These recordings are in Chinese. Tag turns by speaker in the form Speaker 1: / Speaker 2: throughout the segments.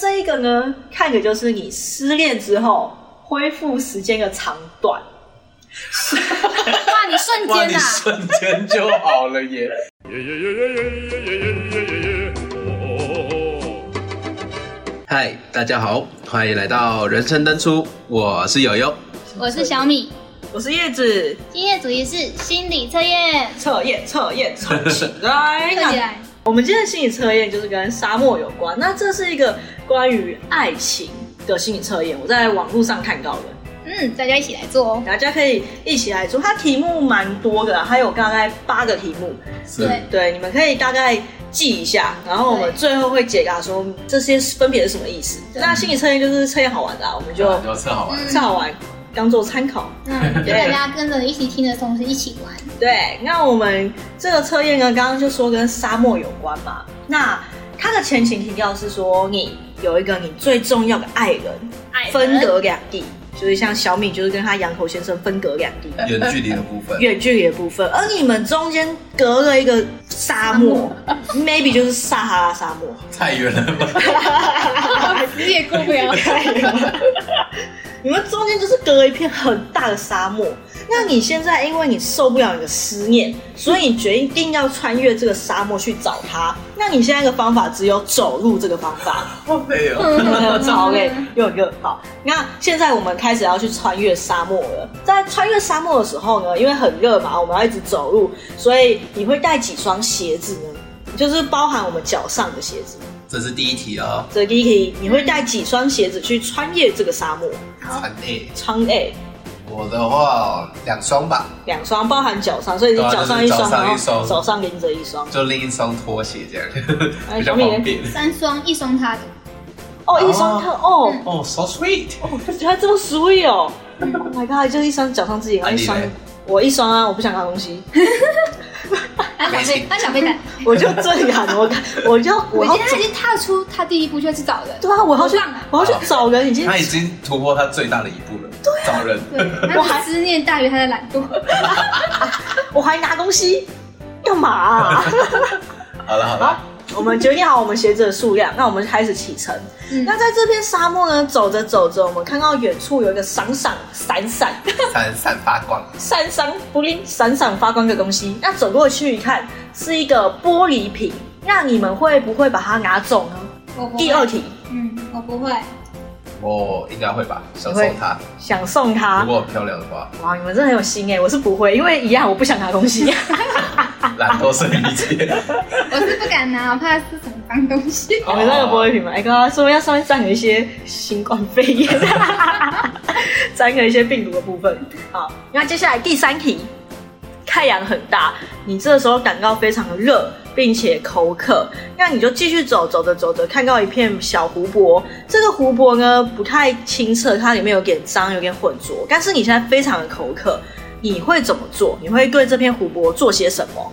Speaker 1: 这一个呢，看的就是你失恋之后恢复时间的长短。
Speaker 2: 哇，你瞬
Speaker 3: 哇，
Speaker 2: 间啊
Speaker 3: 你
Speaker 2: 呐、
Speaker 3: 瞬间就好了耶！
Speaker 4: 耶耶耶耶耶耶耶耶耶耶！哦哦
Speaker 3: 嗨，大家好，欢迎来到人生登出，我是友友。
Speaker 2: 我是小米，
Speaker 1: 我是叶子，
Speaker 2: 今天的主题是心理测验，
Speaker 1: 测验测验测起来。
Speaker 2: 测起
Speaker 1: 那
Speaker 2: 来
Speaker 1: 我们今天的心理测验就是跟沙漠有关，那这是一个关于爱情的心理测验，我在网络上看到的。
Speaker 2: 嗯，大家一起来做哦。
Speaker 1: 大家可以一起来做。它题目蛮多的啦，它有大概八个题目，
Speaker 2: 对，
Speaker 1: 对，你们可以大概记一下，然后我们最后会解答说这些分别是什么意思。
Speaker 2: 对
Speaker 1: 那心理测验就是测验好玩的、啊，我们就
Speaker 3: 有测好玩。
Speaker 2: 嗯
Speaker 1: 测好玩，当做参考。
Speaker 2: 嗯，
Speaker 1: 对
Speaker 2: 大家跟着一起听的同时一起玩。
Speaker 1: 对，那我们这个测验呢，刚刚就说跟沙漠有关嘛。那它的前情提要是说，你有一个你最重要的爱人，
Speaker 2: 爱
Speaker 1: 分隔两地，就是像小米就是跟他杨口先生分隔两地。
Speaker 3: 远距离的部 分，
Speaker 1: 远距离的部分，而你们中间隔了一个沙漠，maybe 就是撒哈拉沙漠。
Speaker 3: 太远了吧？
Speaker 1: 哎
Speaker 2: 死也过不了。
Speaker 1: 你们中间就是隔了一片很大的沙漠。那你现在因为你受不了你的思念，所以你决定要穿越这个沙漠去找他。那你现在的方法只有走路这个方法，
Speaker 3: 好累哦。
Speaker 1: 嗯超累又热。好，那现在我们开始要去穿越沙漠了。在穿越沙漠的时候呢，因为很热嘛，我们要一直走路，所以你会带几双鞋子呢？就是包含我们脚上的鞋子。
Speaker 3: 这是第一题啊、
Speaker 1: 这第一题，你会带几双鞋子去穿越这个沙漠？
Speaker 3: 哦，惨哎！
Speaker 1: 穿 A
Speaker 3: 我的话两双吧，
Speaker 1: 两双，包含脚上，所以你
Speaker 3: 对啊
Speaker 1: 脚上一双，
Speaker 3: 就是脚上
Speaker 1: 然后
Speaker 3: 一双
Speaker 1: 手上拎着一双。
Speaker 3: 就另一双拖鞋这样，
Speaker 1: 哎
Speaker 3: 比较
Speaker 1: 小米呢
Speaker 3: 方便。
Speaker 2: 三双，一双他的，
Speaker 3: 啊
Speaker 1: 哦，一双特哦，
Speaker 2: 嗯
Speaker 3: 哦、s o sweet！
Speaker 1: 还这么 sweet 哦！Oh my god，就是一双脚上自己，然后一双
Speaker 3: 那你嘞
Speaker 1: 我一双啊，我不想拿东西。
Speaker 2: 他想被，他想被逮。
Speaker 1: 我就最懒，我我就 我
Speaker 2: 我
Speaker 1: 要
Speaker 2: 今天他已经踏出他第一步，就要去找人。
Speaker 1: 对啊，我要去
Speaker 2: 好棒啊
Speaker 1: 我要去找人，已经
Speaker 3: 他已经突破他最大的一步了，
Speaker 1: 啊
Speaker 3: 对、找人。
Speaker 2: 对，
Speaker 1: 我
Speaker 2: 他
Speaker 1: 还
Speaker 2: 的思念大于他的懒惰。
Speaker 1: 我还拿东西干嘛 啊、
Speaker 3: 好了好
Speaker 1: 好
Speaker 3: 了，，
Speaker 1: 我们决定好我们鞋子的数量，那我们开始启程。
Speaker 2: 嗯
Speaker 1: 那在这片沙漠呢，走着走着，我们看到远处有一个闪闪闪闪
Speaker 3: 闪闪发光，
Speaker 1: 闪闪不灵闪闪发光的东西，那走过去一看，是一个玻璃瓶。那你们会不会把它拿走呢？
Speaker 2: 我不会
Speaker 1: 第二，题，
Speaker 2: 嗯，我不会。
Speaker 3: 我应该会吧，想
Speaker 1: 你
Speaker 3: 送
Speaker 1: 会
Speaker 3: 他。
Speaker 1: 想送它
Speaker 3: 如。果很漂亮的话，
Speaker 1: 哇，你们真的很有心哎、我是不会，因为一样我不想拿东西。啊
Speaker 3: 懒惰是理解。
Speaker 2: 我是不敢拿，我怕是什么脏东西。
Speaker 1: 我们那个玻璃瓶嘛，哎，刚刚说要上面沾有一些新冠肺炎， 沾有一些病毒的部分。好，那接下来第三题，太阳很大，你这时候感到非常的热，并且口渴，那你就继续走，走着走着，看到一片小湖泊。这个湖泊呢不太清澈，它里面有点脏，有点浑浊，但是你现在非常的口渴，你会怎么做？你会对这片湖泊做些什么？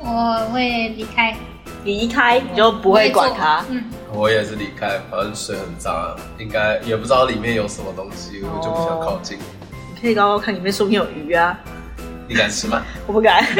Speaker 2: 我会离开，
Speaker 1: 离开你就不会管它
Speaker 2: 我。会做嗯，
Speaker 3: 我也是离开，反正水很脏啊，应该也不知道里面有什么东西，我就不想靠近。
Speaker 1: 你可以搞搞看，里面说不定有鱼啊。
Speaker 3: 你敢吃 吗？
Speaker 1: 我不敢，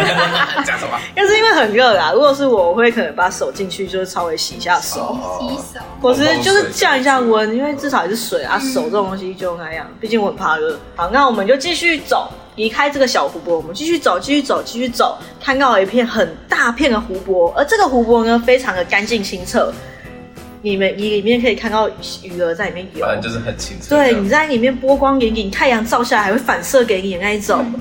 Speaker 3: 讲什么？
Speaker 1: 但是因为很热啦。如果是我，我会可能把手进去，就是稍微洗一下手，
Speaker 3: 哦
Speaker 2: 洗手。
Speaker 1: 或是就是降一下温，因为至少也是水啊，
Speaker 3: 嗯
Speaker 1: 手这种东西就那样。毕竟我很怕热。好，那我们就继续走，离开这个小湖泊，我们继续走，继续走，继续走，看到了一片很大片的湖泊，而这个湖泊呢，非常的干净清澈。你们你里面可以看到鱼儿在里面游，
Speaker 3: 反正就是很清澈。
Speaker 1: 对，你在里面波光粼粼，太阳照下来还会反射给你的那一种。
Speaker 3: 嗯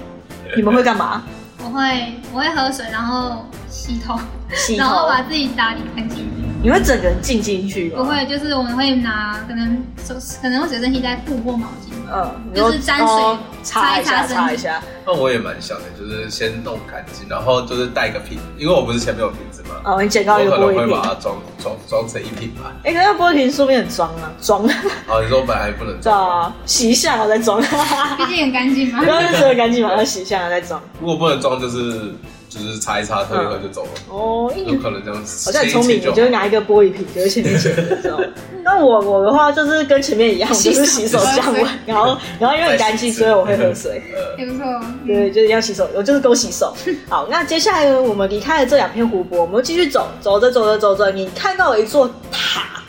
Speaker 1: 你们会干 嘛？
Speaker 2: 我会我会喝水，然后洗头，
Speaker 1: 洗
Speaker 2: 然
Speaker 1: 头
Speaker 2: 后？把自己打理干净。
Speaker 1: 你会整个人浸进去吗？
Speaker 2: 不会，就是我们会拿可能手可能会随身携带布或毛巾 吧。
Speaker 1: 嗯，
Speaker 2: 就是沾水
Speaker 1: 哦擦一下，
Speaker 2: 擦一擦身体
Speaker 1: 擦一下。
Speaker 3: 那我也蛮想的，就是先弄干净，然后就是带个瓶，因为我不是前面有瓶子嘛，
Speaker 1: 哦，你捡
Speaker 3: 我
Speaker 1: 到一个
Speaker 3: 可
Speaker 1: 玻
Speaker 3: 能
Speaker 1: 璃
Speaker 3: 会
Speaker 1: 瓶，
Speaker 3: 把它装装装成一瓶吧。
Speaker 1: 哎，可是那玻璃瓶说不定很装啊，装， 知
Speaker 3: 哦，你说本来不能
Speaker 1: 道
Speaker 3: 装，
Speaker 1: 啊，洗一下然后再装，
Speaker 2: 毕竟很干净嘛
Speaker 1: 不。要认真干净嘛，要洗一下然后再装。
Speaker 3: 如果不能装，就是就是擦一擦，喝一喝就走了。
Speaker 1: 哦，因为
Speaker 3: 有
Speaker 1: 你
Speaker 3: 可能这样子，
Speaker 1: 好像很聪明，
Speaker 3: 清一
Speaker 1: 你
Speaker 3: 清
Speaker 1: 就
Speaker 3: 就
Speaker 1: 会
Speaker 3: 好
Speaker 1: 拿一个玻璃瓶丢前面前面之后。那我我的话就是跟前面一样，我就是洗
Speaker 2: 洗
Speaker 1: 手
Speaker 2: 手
Speaker 1: 降温
Speaker 2: 喝水，
Speaker 1: 然后然后因为很干净，所以我会喝水。
Speaker 3: 呃
Speaker 2: 也不错。
Speaker 1: 对，就是要洗手，我就是都洗手。好，那接下来呢，我们离开了这两片湖泊，我们继续走，走着走着走着，你看到了一座塔，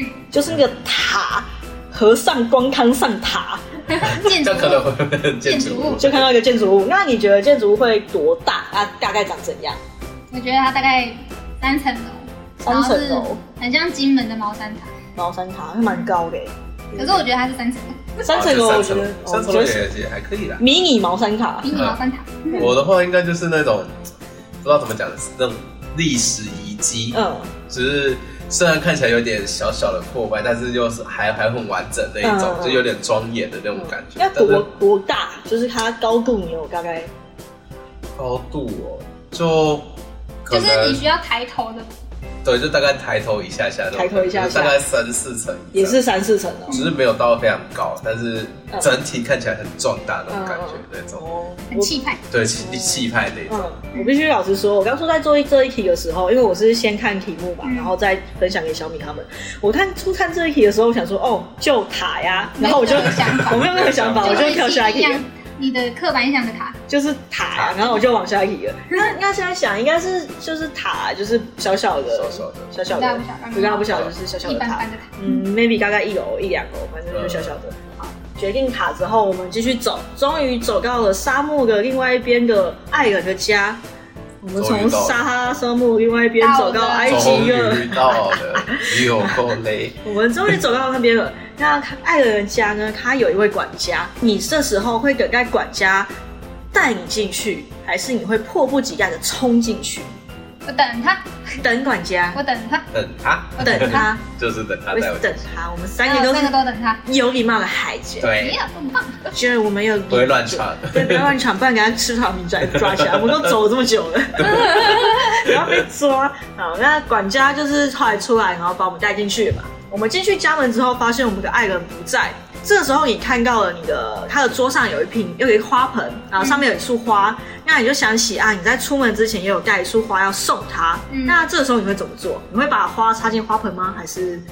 Speaker 2: 嗯，
Speaker 1: 就是那个塔，和尚光康上塔，
Speaker 2: 建
Speaker 3: 这
Speaker 2: 筑
Speaker 3: 样可能会很建
Speaker 2: 建
Speaker 3: 筑
Speaker 2: 筑
Speaker 3: 物
Speaker 2: 物。
Speaker 1: 就看到一个建筑物。那你觉得建筑物会多大？啊，大概长怎样？
Speaker 2: 我觉得它大概三层楼，
Speaker 1: 三层
Speaker 2: 然后
Speaker 1: 楼，
Speaker 2: 是很像金门的茅山塔，
Speaker 1: 然后三塔，还蛮高的耶。
Speaker 2: 可是我觉得它是三层楼，
Speaker 1: 三层楼，
Speaker 3: 啊
Speaker 1: 我
Speaker 3: 就
Speaker 1: 觉得
Speaker 3: 三层，楼
Speaker 1: 哦
Speaker 3: 三
Speaker 1: 我
Speaker 3: 层
Speaker 1: 觉
Speaker 3: 楼
Speaker 1: 得是
Speaker 3: 也也还可以啦。
Speaker 1: 迷你茅山塔
Speaker 2: 迷，你茅山塔，
Speaker 1: 嗯
Speaker 3: 我的话应该就是那种不知道怎么讲，那种历史遗迹，
Speaker 1: 嗯，
Speaker 3: 只是虽然看起来有点小小的破败，但是又是还还很完整那一种，
Speaker 1: 嗯嗯嗯
Speaker 3: 就有点庄严的那种感觉。
Speaker 1: 要
Speaker 3: 但
Speaker 1: 多
Speaker 3: 是
Speaker 1: 多大？就是它高度，你有大概
Speaker 3: 高度哦，就可
Speaker 2: 就是
Speaker 3: 能
Speaker 1: 啊
Speaker 2: 你需要抬头的，
Speaker 3: 对，就大概抬头一下下那种
Speaker 1: 抬头一下下
Speaker 3: 就大概三四层以
Speaker 1: 也
Speaker 3: 上
Speaker 1: 是三四层哦。
Speaker 3: 只是没有到非常高，但是
Speaker 1: 嗯
Speaker 3: 整体看起来很壮大那种感觉
Speaker 1: 嗯，
Speaker 3: 那种
Speaker 1: 哦，
Speaker 2: 很
Speaker 1: 我
Speaker 2: 气派。
Speaker 3: 对气气派那种。
Speaker 1: 嗯，我必须老实说，我刚说在做这一题的时候，因为我是先看题目嘛，
Speaker 2: 嗯
Speaker 1: 然后再分享给小米他们。我看初看这一题的时候，我想说哦，就塔呀，然后我就
Speaker 2: 没有想 法
Speaker 1: 我没有那个想法，我
Speaker 2: 就
Speaker 1: 就
Speaker 2: 跟
Speaker 1: 跳下一
Speaker 2: 西
Speaker 1: 题
Speaker 2: 一
Speaker 1: 了
Speaker 2: 样，你的刻板印象的塔，
Speaker 1: 就是塔呀，然后我就往下一题了。那那现在想，应该是就是塔，就是小小的，
Speaker 3: 小小的
Speaker 1: 小小
Speaker 2: 大
Speaker 1: 的
Speaker 2: 不，小，
Speaker 1: 不大不小，就是小小
Speaker 2: 一
Speaker 1: 的
Speaker 2: 般
Speaker 1: 塔
Speaker 2: 般。的塔。
Speaker 1: 嗯，maybe 大概一楼一两楼，反正就小小
Speaker 3: 嗯
Speaker 1: 的。好，决定塔之后，我们继续走，终于走到了沙漠的另外一边的爱人的家。我们
Speaker 3: 终
Speaker 1: 从
Speaker 3: 于到了
Speaker 1: 沙哈沙漠另外一边走到埃
Speaker 3: 终
Speaker 1: 及了，
Speaker 3: 于到了，有够累。
Speaker 1: 我们终于走到那边了。那爱人家呢？他有一位管家，你这时候会等待管家带你进去，还是你会迫不及待的冲进去
Speaker 2: 我等他，
Speaker 1: 等管家？
Speaker 2: 我等他，
Speaker 3: 等他，
Speaker 1: 等 他，
Speaker 3: 就是等他
Speaker 1: 我
Speaker 3: 带我
Speaker 1: 等他。我们三
Speaker 2: 还
Speaker 1: 个
Speaker 2: 有
Speaker 1: 都
Speaker 2: 三个
Speaker 1: 是
Speaker 2: 都等他。
Speaker 1: 有礼貌的孩子。
Speaker 2: 你
Speaker 3: 对，
Speaker 2: 也很棒，
Speaker 1: 觉得我们有
Speaker 3: 不会乱闯。
Speaker 1: 对，不要乱闯，不然给他吃草民抓抓起来。我们都走了这么久 了，不要被抓。好，那管家就是后来出来，然后把我们带进去嘛。我们进去家门之后，发现我们的爱人不在。这时候你看到了你的他的桌上有一瓶，有一个花盆，然后上面有一束花，那你就想起啊，你在出门之前也有带一束花要送他。
Speaker 2: 嗯
Speaker 1: 那这时候你会怎么做？你会把花插进花盆吗？还是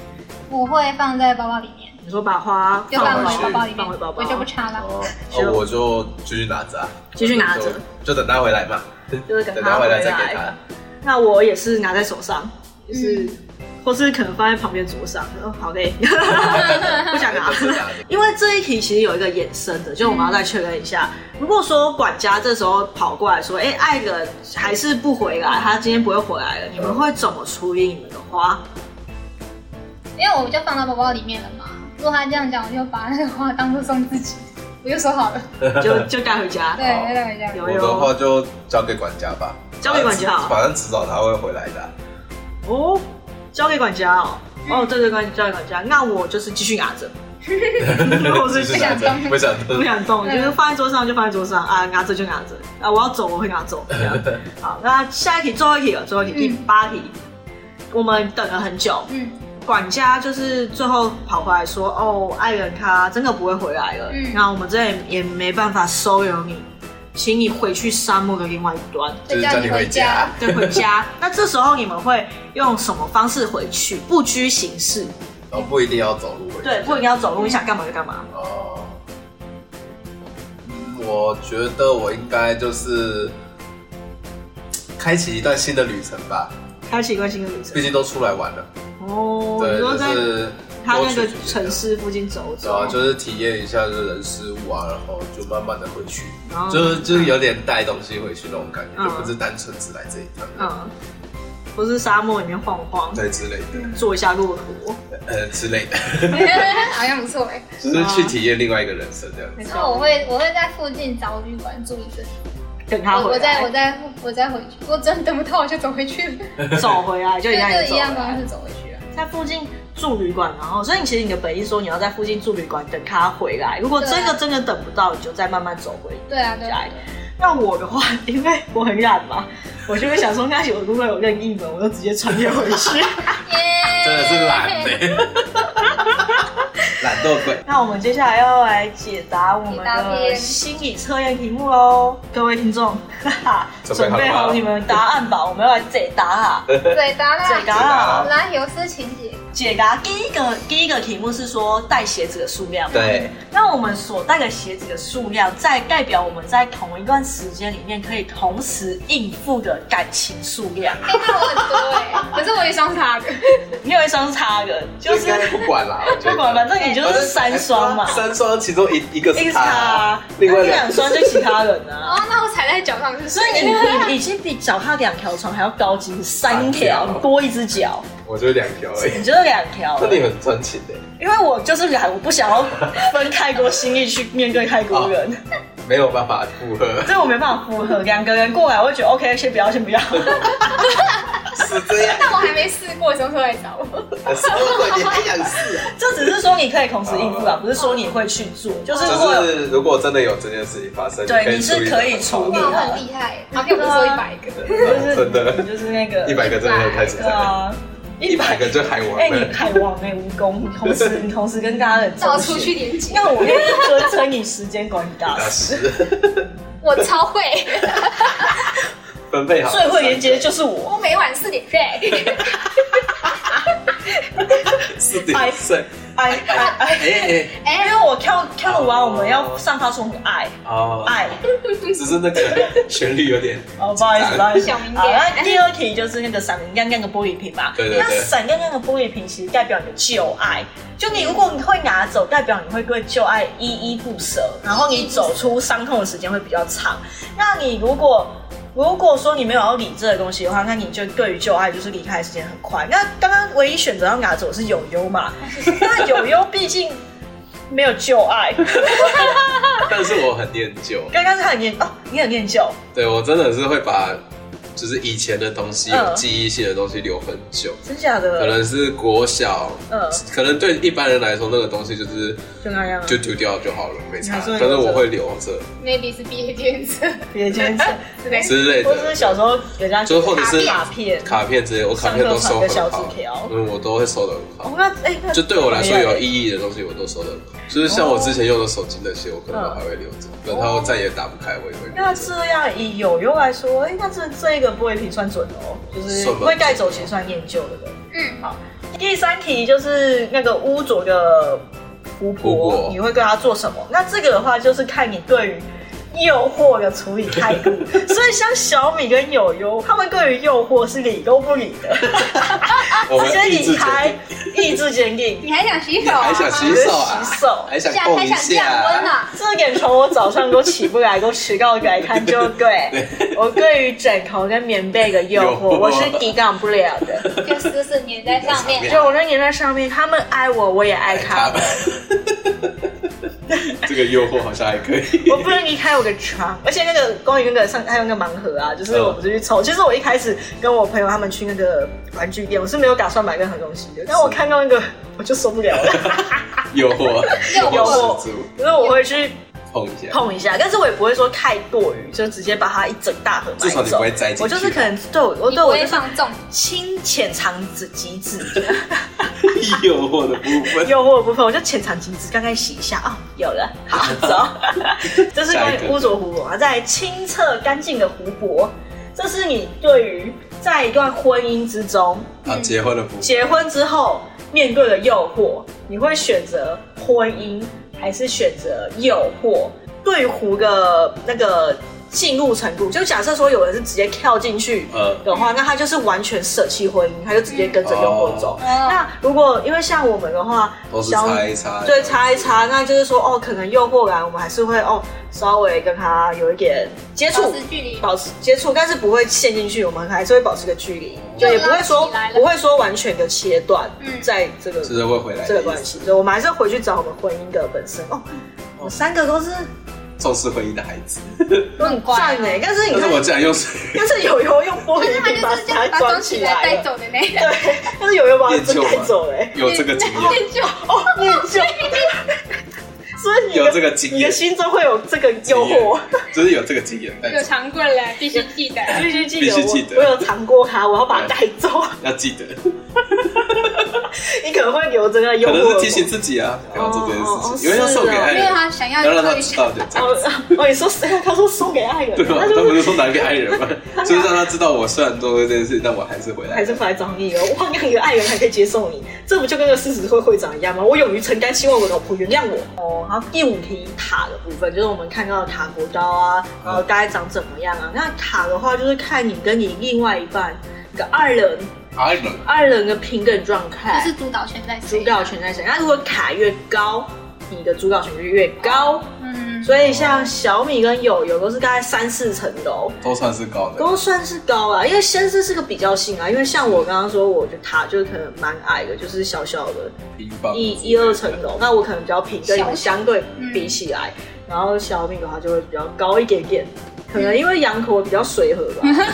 Speaker 2: 我会放在包包里面，
Speaker 1: 你说把花
Speaker 2: 就
Speaker 1: 放回
Speaker 2: 放我
Speaker 1: 去
Speaker 2: 包包里
Speaker 1: 放回
Speaker 2: 面，
Speaker 1: 包包
Speaker 2: 我就不插了。
Speaker 3: 哦，哦我就继续拿着啊，
Speaker 1: 继续拿着
Speaker 3: 就，就等他回来嘛，
Speaker 1: 就是等
Speaker 3: 等
Speaker 1: 他
Speaker 3: 他
Speaker 1: 回
Speaker 3: 回
Speaker 1: 来哎
Speaker 3: 来再给他。
Speaker 1: 那我也是拿在手上，就是、或是可能放在旁边桌上，哦，好累，不想拿
Speaker 3: 就。是拿着
Speaker 1: 因为这一题其实有一个衍生的，就我们要再确认一下。如果说管家这时候跑过来说：“哎、艾伦还是不回来，他今天不会回来了。”你们会怎么处理你们的花？
Speaker 2: 因为我就放到包包里面了嘛。如果他这样讲，我就把那个花当做送自己， 我就说好了。
Speaker 1: 就就带回家。
Speaker 2: 对，要带回家。
Speaker 1: 有
Speaker 3: 我的话就交给管家吧，
Speaker 1: 交给管家啊
Speaker 3: 反正迟早他会回来的啊。
Speaker 1: 哦，交给管家哦。哦，对对，管交给管家。那我就是继续拿着， 我是继
Speaker 3: 就是
Speaker 1: 续拿
Speaker 3: 拿
Speaker 1: 着
Speaker 2: 不想
Speaker 3: 着
Speaker 2: 动
Speaker 3: 不想动
Speaker 1: 不。想动，
Speaker 2: 嗯
Speaker 1: 就是放在桌上就放在桌上啊，拿着就拿着啊，我要走我会拿走。这样 好，那下一题最后一题了，最后一题
Speaker 2: 嗯
Speaker 1: 第八题，我们等了很久，
Speaker 2: 嗯
Speaker 1: 管家就是最后跑回来说，哦，爱人他真的不会回来了，
Speaker 2: 嗯
Speaker 1: 那我们这也也没办法收留你，请你回去沙漠的另外一端。
Speaker 3: 就是叫你回家，
Speaker 1: 再回家，那这时候你们会用什么方式回去？不拘形式，
Speaker 3: 然后哦不一定要走路回去。
Speaker 1: 对，不一定要走路，你想干嘛就干嘛。
Speaker 3: 哦，嗯我觉得我应该就是开启一段新的旅程吧，
Speaker 1: 开启一个新的旅程
Speaker 3: 毕。竟都出来玩了。
Speaker 1: 哦，你
Speaker 3: 对，
Speaker 1: 说
Speaker 3: 就
Speaker 1: 在
Speaker 3: 是
Speaker 1: 他那
Speaker 3: 多
Speaker 1: 个
Speaker 3: 去几
Speaker 1: 城市附近走
Speaker 3: 对
Speaker 1: 走，
Speaker 3: 啊，就是体验一下就是人事物啊，然后就慢慢的回去，
Speaker 1: 哦
Speaker 3: 就是就是有点带东西回去那种感觉，
Speaker 1: 嗯
Speaker 3: 就不是单纯只来这一趟，
Speaker 1: 嗯，不是沙漠里面晃晃，
Speaker 3: 对之类的，
Speaker 1: 做一下骆驼，
Speaker 3: 呃之类的，
Speaker 2: 好像不错哎。
Speaker 3: 就是
Speaker 1: 哦
Speaker 3: 去体验另外一个人生这样。
Speaker 1: 那
Speaker 2: 然后我会我会在附近找旅馆住一阵，
Speaker 1: 等他
Speaker 2: 我
Speaker 1: 回
Speaker 2: 哦我再我
Speaker 1: 来，
Speaker 2: 再我再回去，我真的等不到我就走回去了，
Speaker 1: 走回来就
Speaker 2: 就
Speaker 1: 一样也走
Speaker 2: 就一
Speaker 1: 回
Speaker 2: 样方
Speaker 1: 来，
Speaker 2: 式走回去啊。
Speaker 1: 在附近住旅馆，然后所以你其实你的本意说你要在附近住旅馆等他回来，如果
Speaker 2: 对啊
Speaker 1: 真的真的等不到，你就再慢慢走回
Speaker 2: 对啊，对啊
Speaker 1: 家。里。那我的话，因为我很懒 嘛，我就会想说，那有如果有任意门，我就直接穿越回去。
Speaker 2: 耶
Speaker 3: 真的是懒欸 懒惰鬼。
Speaker 1: 那我们接下来要来解答我们
Speaker 2: 解答
Speaker 1: 的
Speaker 2: 篇
Speaker 1: 心理测验题目喽，各位听众，哈哈，
Speaker 3: 准备
Speaker 1: 准
Speaker 3: 好
Speaker 1: 备 好
Speaker 3: 了吗呃
Speaker 1: 你们的答案吧，我们要来解答啊，
Speaker 2: 对，答
Speaker 1: 解
Speaker 2: 啦，
Speaker 1: 答啊！
Speaker 2: 来有事情节，
Speaker 1: 解答第一个第一个题目是说带鞋子的数量，
Speaker 3: 对，
Speaker 1: 那我们所带的鞋子的数量，在代表我们在同一段时间里面可以同时应付的感情数量。
Speaker 2: 哎、那我很多哎、 可是我也双叉的，
Speaker 1: 你有一双差的， 就是
Speaker 3: 应该不管啦，我觉得哎
Speaker 1: 不管，反正也就是三双嘛，
Speaker 3: 三双其中一一个
Speaker 1: 一
Speaker 3: 是
Speaker 1: 个是他
Speaker 3: 他，，
Speaker 1: 那
Speaker 3: 另外
Speaker 1: 两双就其他人啊。
Speaker 2: 哦，那我踩在脚上就是
Speaker 1: 所以 你你已经比脚踏两条船还要高级三
Speaker 3: 三
Speaker 1: 条
Speaker 3: 条，
Speaker 1: 你多一只脚，
Speaker 3: 我就两条而已
Speaker 1: 你。就是两条
Speaker 3: 那。你很专情的，
Speaker 1: 因为我就是两，我不想要分泰国心意去面对泰国人，
Speaker 3: 没有办法复合，
Speaker 1: 这我没办法符合。两个人过来，我会觉得 OK，先不要，先 不要。
Speaker 3: 是这样。
Speaker 2: 但我还没试过，什么时候来找 我？
Speaker 3: 是如果你还想试啊？
Speaker 1: 这只是说你可以同时应付啊，啊不是说你会去做， 就是如果有
Speaker 3: 就是如果真的有这件事情发生，
Speaker 1: 对
Speaker 3: 你
Speaker 1: 你是可以处理
Speaker 2: 哇，
Speaker 1: 的
Speaker 2: 我很厉害、欸，好，给我们说一百个。
Speaker 3: 啊
Speaker 1: 就是
Speaker 3: 呃真的
Speaker 1: 你，就是那个
Speaker 3: 一百个真的太紧
Speaker 1: 对
Speaker 3: 张 了，
Speaker 1: 啊，
Speaker 3: 一百个就海王
Speaker 1: 哎、
Speaker 3: 了
Speaker 1: 你。海王哎、蜈蚣，你同 时你同时跟大家的
Speaker 2: 找
Speaker 1: 争
Speaker 2: 出
Speaker 1: 取，
Speaker 2: 去连接，
Speaker 1: 那我愿意尊称你时间管理大
Speaker 3: 那
Speaker 1: 师。
Speaker 3: 是
Speaker 2: 我超会，
Speaker 3: 分配好，
Speaker 1: 最会连接就是我，
Speaker 2: 我每晚四点睡。
Speaker 3: 四点睡。
Speaker 1: 爱爱爱，
Speaker 3: 哎
Speaker 1: 因为我跳跳舞啊，我们要散发出我们的爱
Speaker 3: 哎，哦，
Speaker 1: 爱。
Speaker 3: 只是那个旋律有点
Speaker 1: 哦，不好意思，不好意思。
Speaker 2: 小明点
Speaker 1: 好，那第二题就是那个闪亮亮的玻璃瓶嘛。
Speaker 3: 对对对
Speaker 1: 那闪亮亮的玻璃瓶其实代表你的旧爱，就你如果你会拿走，代表你会对旧爱依依不舍，然后你走出伤痛的时间会比较长。那你如果如果说你没有要理这个东西的话，那你就对于旧爱就是离开的时间很快。那刚刚唯一选择要拿走的是友优 嘛？那友优毕竟没有旧爱，
Speaker 3: 但是我很念旧，
Speaker 1: 刚刚是很念哦，你很念旧，
Speaker 3: 对我真的是会把就是以前的东西、
Speaker 1: 嗯
Speaker 3: 有记忆性的东西留很久，
Speaker 1: 真假的？
Speaker 3: 可能是国小，
Speaker 1: 嗯
Speaker 3: 可能对一般人来说那个东西就是
Speaker 1: 就那样啊，
Speaker 3: 就丢掉就好了，没
Speaker 1: 你还
Speaker 3: 差。
Speaker 1: 是会留
Speaker 3: 但
Speaker 1: 着
Speaker 3: 是我会留着
Speaker 2: maybe 是毕业编制
Speaker 1: 别坚持。
Speaker 2: 之类的。
Speaker 3: 之类
Speaker 1: 或者是
Speaker 3: 的
Speaker 1: 小时候人家
Speaker 3: 就或者是
Speaker 1: 卡片，
Speaker 3: 卡片之类，我卡片都收
Speaker 1: 上课传个
Speaker 3: 很
Speaker 1: 小
Speaker 3: 好
Speaker 1: 纸条，
Speaker 3: 嗯，我都会收的
Speaker 1: 哦
Speaker 3: 很好。
Speaker 1: 那哎，那
Speaker 3: 就对我来说有
Speaker 1: 义。
Speaker 3: 意义的东西，我都收的很好。就是像我之前用的手机那些，我可能都还会留着，等它再也打不开，我也会留
Speaker 1: 嗯那
Speaker 3: 着。
Speaker 1: 这样以友优来说，哎，那这这一个玻璃瓶算准哦，就是
Speaker 3: 算吧
Speaker 1: 会带走其实算念旧的了。
Speaker 2: 嗯，好，
Speaker 1: 第三题就是那个污浊的巫
Speaker 3: 巫
Speaker 1: 婆
Speaker 3: 婆，
Speaker 1: 你会对她做什么？那这个的话就是看你对于。诱惑的处理态 度，所以像小米跟友优，他们对于诱惑是理都不理的，
Speaker 3: 我
Speaker 1: 直接
Speaker 3: 们意志
Speaker 1: 理
Speaker 3: 决
Speaker 1: 开
Speaker 3: 定，，
Speaker 1: 意志坚定，
Speaker 2: 你还想洗手啊？
Speaker 3: 还想洗
Speaker 1: 直接
Speaker 3: 手啊？
Speaker 1: 洗手
Speaker 3: 还想
Speaker 2: 下
Speaker 3: 动
Speaker 2: 还
Speaker 3: 一
Speaker 2: 想降温
Speaker 3: 下？
Speaker 2: 啊？
Speaker 1: 这点从我早上都起不来，都迟到来看就 对。我对于枕头跟棉被的诱惑，
Speaker 3: 诱惑
Speaker 1: 我是抵挡不了的。
Speaker 2: 就死死粘在上面。
Speaker 1: 就我那粘在上面，他们爱我，我也爱 他们。
Speaker 3: 这个诱惑好像还可以。
Speaker 1: 我不能离开我的床，而且那个关于那个上还有那个盲盒啊，就是
Speaker 3: 哦
Speaker 1: 我不是去抽。其实我一开始跟我朋友他们去那个玩具店，我是没有打算买任何东西的，但我看到那个我就受不了 了，
Speaker 3: 诱惑，
Speaker 2: 诱惑
Speaker 3: 惑十足，
Speaker 1: 所以我会去
Speaker 3: 碰一下。
Speaker 1: 碰一下，但是我也不会说太过于，就直接把它一整大盒买走。
Speaker 3: 至少你不会摘进去啊
Speaker 1: 我就是可能对我，我
Speaker 2: 你
Speaker 1: 对
Speaker 2: 不
Speaker 1: 我
Speaker 2: 会
Speaker 1: 就是哦
Speaker 2: 放纵，
Speaker 1: 轻浅尝子极致，
Speaker 3: 诱惑的部分，
Speaker 1: 诱惑的部分，我就浅尝即止，刚刚洗一下哦，有了，好走。 这是关
Speaker 3: 下
Speaker 1: 于
Speaker 3: 一个
Speaker 1: 污浊湖泊，在清澈干净的湖泊，这是你对于在一段婚姻之中，
Speaker 3: 啊，结婚的部分，
Speaker 1: 结婚之后面对的诱惑，你会选择婚姻还是选择诱惑？对于湖的那个进入程度，就假设说有人是直接跳进去
Speaker 3: 呃，
Speaker 1: 的话，那他就是完全舍弃婚姻，他就直接跟着诱惑走。
Speaker 2: 嗯
Speaker 1: 那如果因为像我们的话，
Speaker 3: 都是
Speaker 1: 小
Speaker 3: 擦一擦，
Speaker 1: 对，擦一擦，那就是说哦，可能诱惑来，我们还是会哦稍微跟他有一点接触
Speaker 2: 保，持距离。
Speaker 1: 保持接触，但是不会陷进去，我们还是会保持个距离，就
Speaker 2: 就
Speaker 1: 也不会说
Speaker 2: 拉起来了
Speaker 1: 不会说完全的切断，
Speaker 2: 嗯
Speaker 1: 在这个
Speaker 3: 就是会回来
Speaker 1: 这
Speaker 3: 的
Speaker 1: 个
Speaker 3: 意
Speaker 1: 关
Speaker 3: 思，
Speaker 1: 系，所以我们还是回去找我们婚姻的本身哦。我们三个都是
Speaker 3: 重视婚姻的孩子。
Speaker 1: 都很赞
Speaker 2: 很乖
Speaker 1: 哎，但是你
Speaker 3: 但是
Speaker 1: 看
Speaker 3: 我，竟然用水
Speaker 1: 但是友友用玻
Speaker 2: 可是
Speaker 1: 璃
Speaker 2: 他
Speaker 1: 瓶把
Speaker 2: 就是这样
Speaker 1: 它
Speaker 2: 把
Speaker 1: 装
Speaker 2: 装
Speaker 1: 起
Speaker 2: 起
Speaker 1: 来
Speaker 2: 来带
Speaker 1: 了，
Speaker 2: 走的那个。
Speaker 1: 对，但是友友把它
Speaker 3: 念
Speaker 1: 真
Speaker 3: 旧
Speaker 1: 带
Speaker 3: 吗
Speaker 1: 走了哎，
Speaker 3: 有这个经 验，
Speaker 2: 就
Speaker 1: 哦，念旧，所以你的
Speaker 3: 有这个经验
Speaker 1: 你的心中会 有这个诱惑。
Speaker 3: 就是有这个经验，但
Speaker 2: 有尝过了，必须记得。
Speaker 1: 必须记得
Speaker 3: 必须记
Speaker 1: 我，
Speaker 3: 得
Speaker 1: 我有尝过它，我要把它带走。
Speaker 3: 要记得
Speaker 1: 你可能会留着那个诱
Speaker 3: 可能
Speaker 1: 惑
Speaker 3: 是
Speaker 1: 我。
Speaker 3: 提醒自己啊，不要做这件
Speaker 1: 哦
Speaker 3: 事
Speaker 1: 哦
Speaker 3: 情，因为要送给爱
Speaker 2: 因为
Speaker 3: 人，
Speaker 2: 他啊想要
Speaker 3: 要让他
Speaker 2: 做一下，
Speaker 3: 知道的，这样
Speaker 1: 哦哦，你说 谁？他说送给爱人，
Speaker 3: 对吧
Speaker 1: 那？
Speaker 3: 他
Speaker 1: 就
Speaker 3: 不
Speaker 1: 是
Speaker 3: 是说拿给爱人吗？ 就是让他知道我虽然做了这件事，但我还是回来
Speaker 1: 还。是回来找你了。哇，那个爱人还可以接受你，这不就跟个四十岁会长一样吗？我勇于承担，希望我老婆原谅我。哦，然后第五题塔的部分，就是我们看到的塔国刀啊，然后大概长怎么样啊？那塔的话，就是看你跟你另外一半一个二人
Speaker 3: 爱人，
Speaker 1: 二人的平等状态，
Speaker 2: 就是主导权在谁
Speaker 1: 主导，权在谁？那如果卡越高，你的主导权就越高。
Speaker 2: 嗯，
Speaker 1: 所以像小米跟友友都是大概三四层楼，
Speaker 3: 都算是高的，
Speaker 1: 都算是高啦。因为先是是个比较性啊，因为像我刚刚说，我就塔就可能蛮矮的，就是小小的，
Speaker 3: 平方
Speaker 1: 一一二层楼，那我可能比较平，跟你们
Speaker 2: 哦小嗯
Speaker 1: 相对比起来，然后小米的话就会比较高一点点。可
Speaker 2: 嗯
Speaker 1: 能因为羊驼比较随和 吧，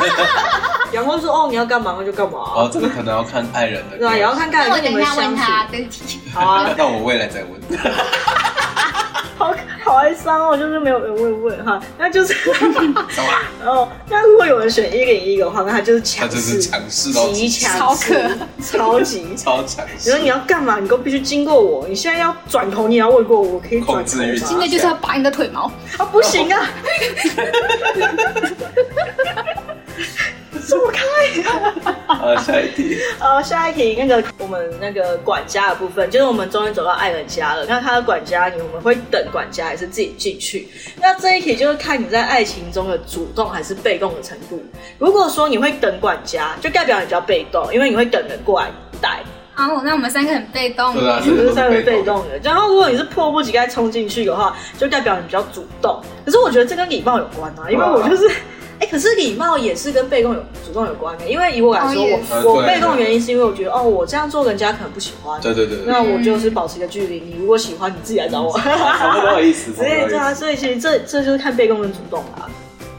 Speaker 1: 羊驼说哦你要干嘛那就干嘛
Speaker 3: 哦，，这个可能要看爱人的。
Speaker 1: 对啊吧？也要看
Speaker 2: 那
Speaker 1: 看
Speaker 2: 我
Speaker 1: 跟你
Speaker 2: 等
Speaker 1: 们
Speaker 2: 一下
Speaker 1: 相
Speaker 2: 问
Speaker 1: 处。
Speaker 2: 他这一题，
Speaker 1: 好啊，
Speaker 3: 那我未来再问。
Speaker 1: 好好哀伤哦，就是没有人会问哈，那就是，
Speaker 3: 走啊
Speaker 1: 哦，那如果有人选一零一的话，那他就是
Speaker 3: 他
Speaker 1: 强
Speaker 3: 就
Speaker 1: 势，
Speaker 3: 是强势到
Speaker 1: 极
Speaker 3: 极致
Speaker 1: 强势，超级。
Speaker 3: 超强
Speaker 1: 你
Speaker 3: 势
Speaker 1: 说。你要干嘛，你都必须经过我。你现在要转头，你也要问过我，我可以转
Speaker 3: 控
Speaker 1: 头
Speaker 3: 制欲
Speaker 1: 吗
Speaker 3: 强？
Speaker 2: 那就是要拔你的腿毛，
Speaker 1: 啊，不行 啊！ 走开！
Speaker 3: 啊，下一题，
Speaker 1: 呃，下一题，那个我们那个管家的部分，就是我们终于走到爱人家了。那他的管家，你们会等管家还是自己进去？那这一题就是看你在爱情中的主动还是被动的程度。如果说你会等管家，就代表你比较被动，因为你会等人过来带，
Speaker 2: 哦，那我们三个很被动，
Speaker 3: 对啊，
Speaker 1: 你
Speaker 3: 这
Speaker 1: 就是
Speaker 3: 个
Speaker 1: 稍
Speaker 3: 都
Speaker 1: 微
Speaker 3: 是
Speaker 1: 被
Speaker 3: 被动。
Speaker 1: 动的。然后如果你是迫不及待冲进去的话，就代表你比较主动。可是我觉得这跟礼貌有关啊，因为我就是。 哎、可是礼貌也是跟被动有主动有关的，因为以我来说，
Speaker 2: 哦也
Speaker 3: 是
Speaker 1: 我我
Speaker 3: 呃对
Speaker 1: 被动原因是因为我觉得哦，我这样做人家可能不喜欢，
Speaker 3: 对对对对，
Speaker 1: 那我就是保持一个距离。你如果喜欢，你自己来找我。
Speaker 3: 差不多的意思，差
Speaker 1: 所
Speaker 3: 不
Speaker 1: 以
Speaker 3: 多
Speaker 1: 对
Speaker 3: 的
Speaker 1: 啊，
Speaker 3: 意思。
Speaker 1: 所以其实这这就是看被动跟主动啦，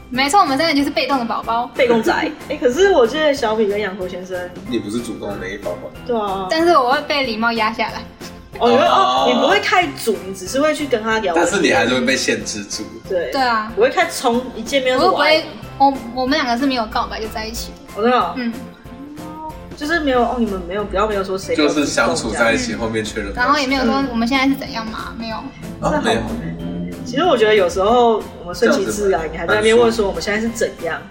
Speaker 2: 没错，我们三个就是被动的宝宝，
Speaker 1: 被 动仔。哎、可是我记得小米跟杨头先生，
Speaker 3: 你不是主动那一方吗？
Speaker 1: 对啊，
Speaker 2: 但是我会被礼貌压下来，
Speaker 1: 哦，你会哦
Speaker 3: 哦，
Speaker 1: 你不会太主，你只是会去跟他聊，
Speaker 3: 但是你还是会被限制住。
Speaker 1: 对
Speaker 2: 对啊，
Speaker 1: 不会太冲，一见面
Speaker 2: 我
Speaker 1: 就
Speaker 2: 又
Speaker 1: 说我
Speaker 2: 不
Speaker 1: 爱
Speaker 2: 会
Speaker 1: 你，，
Speaker 2: 我我们两个是没有告白就在一起的，
Speaker 1: 我真的
Speaker 2: 嗯，
Speaker 1: 就是没有哦，你们没有，不要没有说谁
Speaker 3: 就是相处在一起，后面确认关系。
Speaker 2: 然后也没有说我们现在是怎样嘛，没有，
Speaker 3: 啊，没有，
Speaker 1: 其实我觉得有时候我们顺其自然，你还在那边问说我们现在是怎样，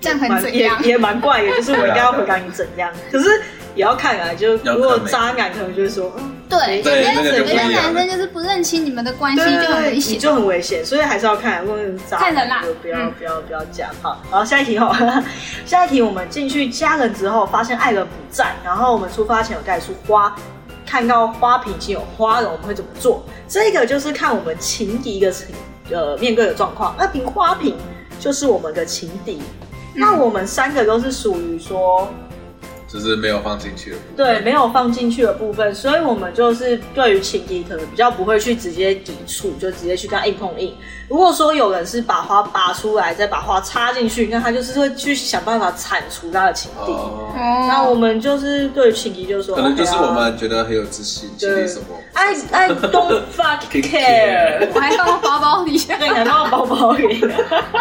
Speaker 2: 这样很怎
Speaker 1: 也
Speaker 2: 样
Speaker 1: 也？也蛮怪的，就是我应该要回答你怎样，可是也要看啊，就
Speaker 3: 要看
Speaker 1: 如果
Speaker 3: 每个
Speaker 1: 渣男可能就会说，嗯，
Speaker 2: 对，有
Speaker 3: 对
Speaker 2: 些
Speaker 3: 那个
Speaker 2: 有
Speaker 3: 就不一样
Speaker 2: 些
Speaker 3: 了
Speaker 2: 男生就是不认清你们的关系
Speaker 1: 对
Speaker 2: 就很
Speaker 1: 对
Speaker 2: 危
Speaker 1: 对，
Speaker 2: 险，
Speaker 1: 就很危险，所以还是要看，如果是渣
Speaker 2: 看人啦
Speaker 1: 就不要
Speaker 2: 嗯
Speaker 1: 不要不要讲哈。好然后下一题哦， 下一题我们进去家人之后，发现爱人不在，然后我们出发前有带束花，看到花瓶已经有花了，我们会怎么做？这个就是看我们情敌的情呃面对的状况。那瓶花瓶就是我们的情敌，
Speaker 2: 嗯
Speaker 1: 那我们三个都是属于说
Speaker 3: 就是没有放进去。
Speaker 1: 对，没有放进去的部分，所以我们就是对于情敌可能比较不会去直接抵触，就直接去跟他硬碰硬。如果说有人是把花拔出来，再把花插进去，那他就是会去想办法铲除他的情敌。
Speaker 3: 哦，
Speaker 2: 哦，
Speaker 1: 那我们就是对于情敌就说，
Speaker 3: 可能就是我
Speaker 1: OK 啊
Speaker 3: 们觉得很有自信，经历什么。
Speaker 1: I 哎 I don't fuck care，
Speaker 2: 我还放到包包里，
Speaker 1: 对，你还放到包包里，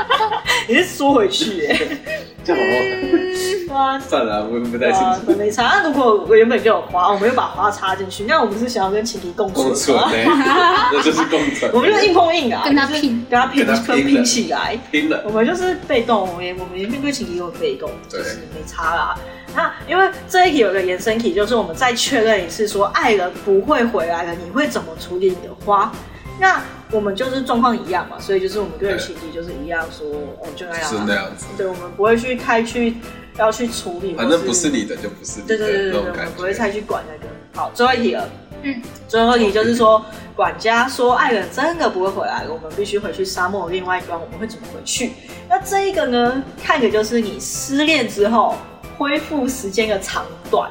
Speaker 1: 你是缩回去耶、
Speaker 3: 这样好不
Speaker 1: 对啊，
Speaker 3: 好？算了，我不太清
Speaker 1: 啊
Speaker 3: 楚。
Speaker 1: 没差。那如果我原本就有花，我们又把花插进去，那我们是想要跟情敌共
Speaker 3: 共
Speaker 1: 存
Speaker 3: 存
Speaker 1: 吗？
Speaker 3: 呢，那就是共存。
Speaker 1: 我们就是硬碰硬啊，
Speaker 2: 跟他
Speaker 1: 就是
Speaker 2: 拼
Speaker 1: 跟他拼，
Speaker 3: 跟他拼
Speaker 1: 拼拼起来。
Speaker 3: 拼了
Speaker 1: 我。们就是被动，我们也我们也面对情敌都很被动，就
Speaker 3: 对
Speaker 1: 是没差啦。那因为这一题有个延伸题，就是我们再确认一次，说爱人不会回来了，你会怎么处理你的花？那我们就是状况一样嘛，所以就是我们对
Speaker 3: 对
Speaker 1: 情敌就是一样说，哦就那
Speaker 3: 就是
Speaker 1: 样
Speaker 3: 那
Speaker 1: 啊，
Speaker 3: 样子，
Speaker 1: 对，我们不会去太去要去处理，
Speaker 3: 反正不是你的就不是你
Speaker 1: 对
Speaker 3: 的
Speaker 1: 对对对
Speaker 3: 那
Speaker 1: 对，
Speaker 3: 种
Speaker 1: 我
Speaker 3: 感
Speaker 1: 们不会
Speaker 3: 觉。
Speaker 1: 再去管那个。好，最后一题了。
Speaker 2: 嗯，
Speaker 1: 最后一题就是说，管家说爱人真的不会回来了，我们必须回去沙漠的另外一端，我们会怎么回去？那这一个呢，看的就是你失恋之后恢复时间的长短。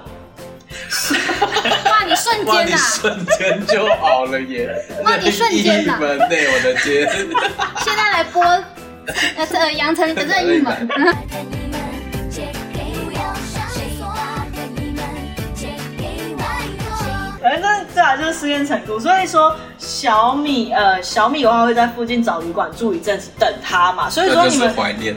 Speaker 2: 哇，你瞬
Speaker 3: 哇，
Speaker 2: 间啊
Speaker 3: 你
Speaker 2: 呐、
Speaker 3: 瞬间就好了耶！
Speaker 2: 哇你瞬间啊
Speaker 3: 任意门内，我的天！
Speaker 2: 现在来播，呃呃，杨丞琳的任意门，
Speaker 5: 带着你们，借给我，谁带着你们，借给我。
Speaker 1: 反正对啊，就是失恋程度。所以说，小米呃，小米的话会在附近找旅馆住一阵子等他嘛。所以
Speaker 3: 那
Speaker 1: 说
Speaker 3: 就
Speaker 1: 你
Speaker 3: 是
Speaker 1: 们
Speaker 3: 怀念，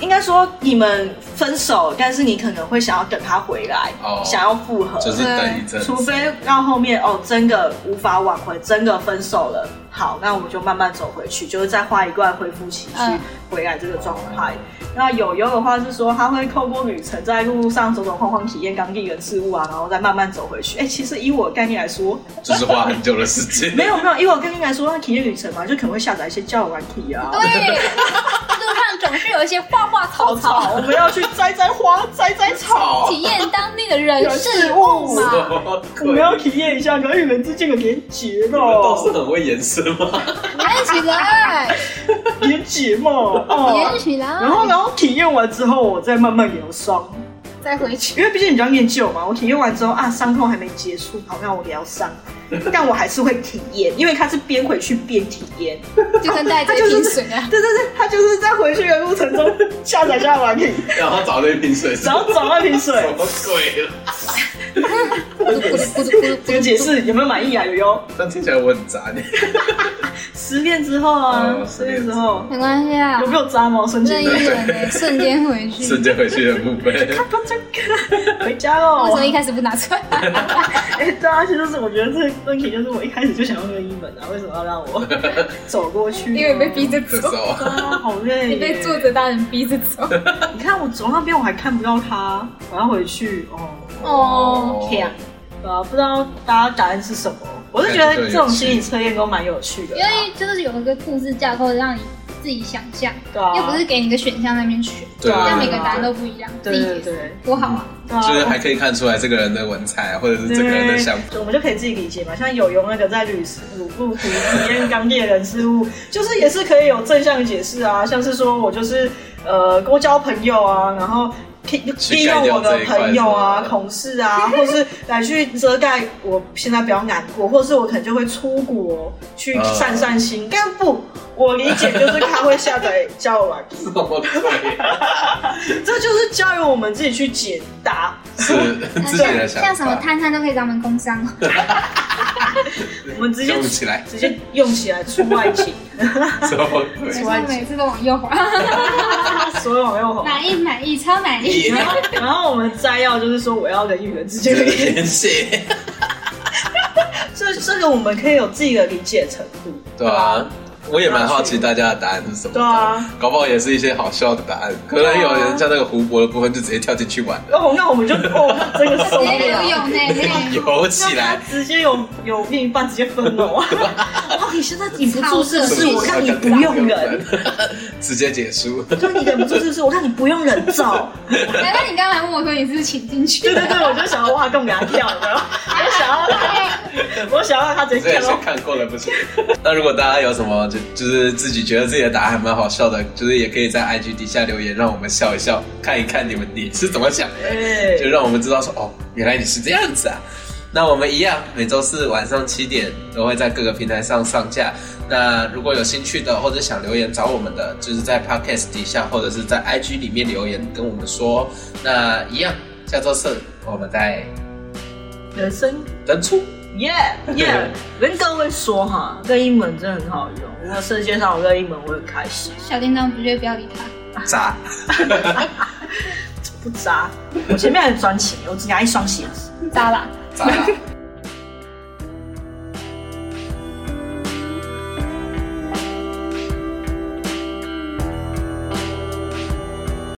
Speaker 1: 应该说你们分手，但是你可能会想要等他回来，
Speaker 3: 哦
Speaker 1: 想要复合，
Speaker 3: 就是等一阵子，
Speaker 1: 除非到后面哦，真的无法挽回，真的分手了，好，那我们就慢慢走回去，就是再花一段恢复期去
Speaker 2: 嗯
Speaker 1: 回来这个状态。那友友的话是说，他会透过旅程在路上走走晃晃，体验当地人事物啊，然后再慢慢走回去。哎、其实以我的概念来说，
Speaker 3: 就是花很久的时间。
Speaker 1: 没有没有，以我的概念来说，那体验旅程嘛，就可能会下载一些交友软体 啊，
Speaker 2: 对，路上总是有一些花花草
Speaker 1: 草，
Speaker 2: 草，
Speaker 1: 我们要去摘摘花、摘摘草。
Speaker 2: 体验当地的人事
Speaker 1: 物
Speaker 2: 物
Speaker 1: 嘛
Speaker 2: 嘛。
Speaker 1: 我们 要体验一下人与人之间的连结
Speaker 3: 倒是
Speaker 1: 咯，
Speaker 3: 很会延伸嘛，
Speaker 2: 连起来，
Speaker 1: 连结嘛，
Speaker 2: 连
Speaker 1: 哦。
Speaker 2: 起来，
Speaker 1: 然 后，然后体验完之后，我再慢慢疗伤，
Speaker 2: 再回去。
Speaker 1: 因为毕竟你比较念旧嘛。我体验完之后啊，伤痛还没结束，好让我疗伤，但我还是会体验，因为他是边回去边体验。
Speaker 2: 就跟大家
Speaker 1: 他就是
Speaker 2: 听水 啊，
Speaker 1: 对对对，他就是在回去的路程中下载下完品，
Speaker 3: 然后找那一瓶水，
Speaker 1: 然后找那瓶水
Speaker 3: 什。么鬼？啊
Speaker 2: 咕噜咕噜咕噜咕噜咕噜。
Speaker 1: 这个解释有没有满意啊？悠悠，
Speaker 3: 但听起来我很渣你。
Speaker 1: 失恋之后啊，
Speaker 3: 哦
Speaker 1: 失恋之后
Speaker 2: 没关系啊
Speaker 1: 有，没有渣毛瞬
Speaker 2: 这
Speaker 1: 间
Speaker 2: 一点呢，瞬间回去。
Speaker 3: 瞬间回去的部分，
Speaker 1: 不这个回家喽
Speaker 2: 为什。么一开始不拿出来？
Speaker 1: 哎、对啊，其实就是我觉得这个问题就是我一开始就想要那个一门啊，为什么要让我走过去啊呢？
Speaker 2: 因为被逼着
Speaker 3: 这时
Speaker 2: 走，
Speaker 3: 候
Speaker 1: 啊，好累。
Speaker 2: 你被作。者大人逼着走。
Speaker 1: 你看我走到那边我还看不到他，我要回去哦。
Speaker 2: 哦
Speaker 1: 天啊，对啊，不知道大家答案是什么。我是觉得这种心理测验都蛮有趣的
Speaker 2: 因
Speaker 1: 啦，
Speaker 2: 为就是有一个故事架构让你自己想象，
Speaker 1: 对啊，
Speaker 2: 又不是给你一个选项那边选，
Speaker 3: 对啊
Speaker 2: 让每个答案都不一样，自
Speaker 1: 对
Speaker 2: 己
Speaker 1: 对
Speaker 2: 解
Speaker 1: 对
Speaker 2: 释，多好啊！
Speaker 1: 对啊
Speaker 3: 就是还可以看出来这个人的文采，或者是这个人的想法。
Speaker 1: 对我们就可以自己理解嘛。像有用那个在旅旅路途体验当地的人事物， 就是也是可以有正向的解释啊，像是说我就是呃多交朋友啊，然后。利利用我的朋友啊、同事啊， 或是来去遮盖我现在比较难过，或是我可能就会出国去
Speaker 3: 啊
Speaker 1: 散散心。但不，我理解就是他会下载交友软件，
Speaker 3: 什么鬼？
Speaker 2: 嗯
Speaker 1: 这就是交由我们自己去解答。
Speaker 3: 是 自己的
Speaker 2: 像
Speaker 3: 想法。
Speaker 2: 像什么摊摊都可以当门工商哦，
Speaker 1: 我们直接
Speaker 3: 用起来，
Speaker 1: 直接用起来出外 景。
Speaker 3: 什么
Speaker 2: 每
Speaker 3: 鬼？
Speaker 2: 次每次都往右滑，
Speaker 1: 所有用 红。
Speaker 2: 满意满意，超满意。
Speaker 1: 然后，然后我们摘要就是说，我要人与人之间的连 接
Speaker 3: 天蝎，
Speaker 1: 这这个我们可以有自己的理解程度，
Speaker 3: 对啊。我也蛮好奇大家的答案是什么的，
Speaker 1: 对啊
Speaker 3: 搞不好也是一些好笑的答案，可能有人像那个湖泊的部分就直接跳进去玩了，
Speaker 1: 哦，那我们就哦，这个受不
Speaker 2: 直接游
Speaker 1: 了。
Speaker 2: 泳呢，直接 游泳
Speaker 3: 游起
Speaker 1: 哎那他
Speaker 3: 来，
Speaker 1: 直接有有另一半直接分 了。哇，你现在顶不住是不是？我让你不用人，，
Speaker 3: 直接 结束，
Speaker 1: 就你忍不住是不是？我让你不用人 造。
Speaker 2: 难怪哎你刚才问我说你是不是请进去
Speaker 1: 对？对对，我就想要哇，更给他跳，有没有？我想要他，我想要让他直
Speaker 3: 这
Speaker 1: 接
Speaker 3: 也是
Speaker 1: 跳到
Speaker 3: 看过了不是？那如果大家有什么就就是自己觉得自己的答案还蛮好笑的，就是也可以在 IG 底下留言，让我们笑一笑，看一看你们你是怎么想的。
Speaker 1: 哎
Speaker 3: 就让我们知道说，哦，原来你是这样子啊。那我们一样，每周四晚上七点都会在各个平台上上架。那如果有兴趣的，或者想留言找我们的，就是在 Podcast 底下，或者是在 IG 里面留言跟我们说。那一样，下周四我们再
Speaker 1: 人生
Speaker 3: 登出。
Speaker 1: 耶耶！跟各位说哈，乐一门真的很好用。如果世界上有乐一门，我很开心，
Speaker 2: 小叮当不就不要理他？
Speaker 3: 渣，
Speaker 1: 不渣。我前面很专情，我只拿一双鞋子。
Speaker 2: 渣啦，
Speaker 3: 渣啦，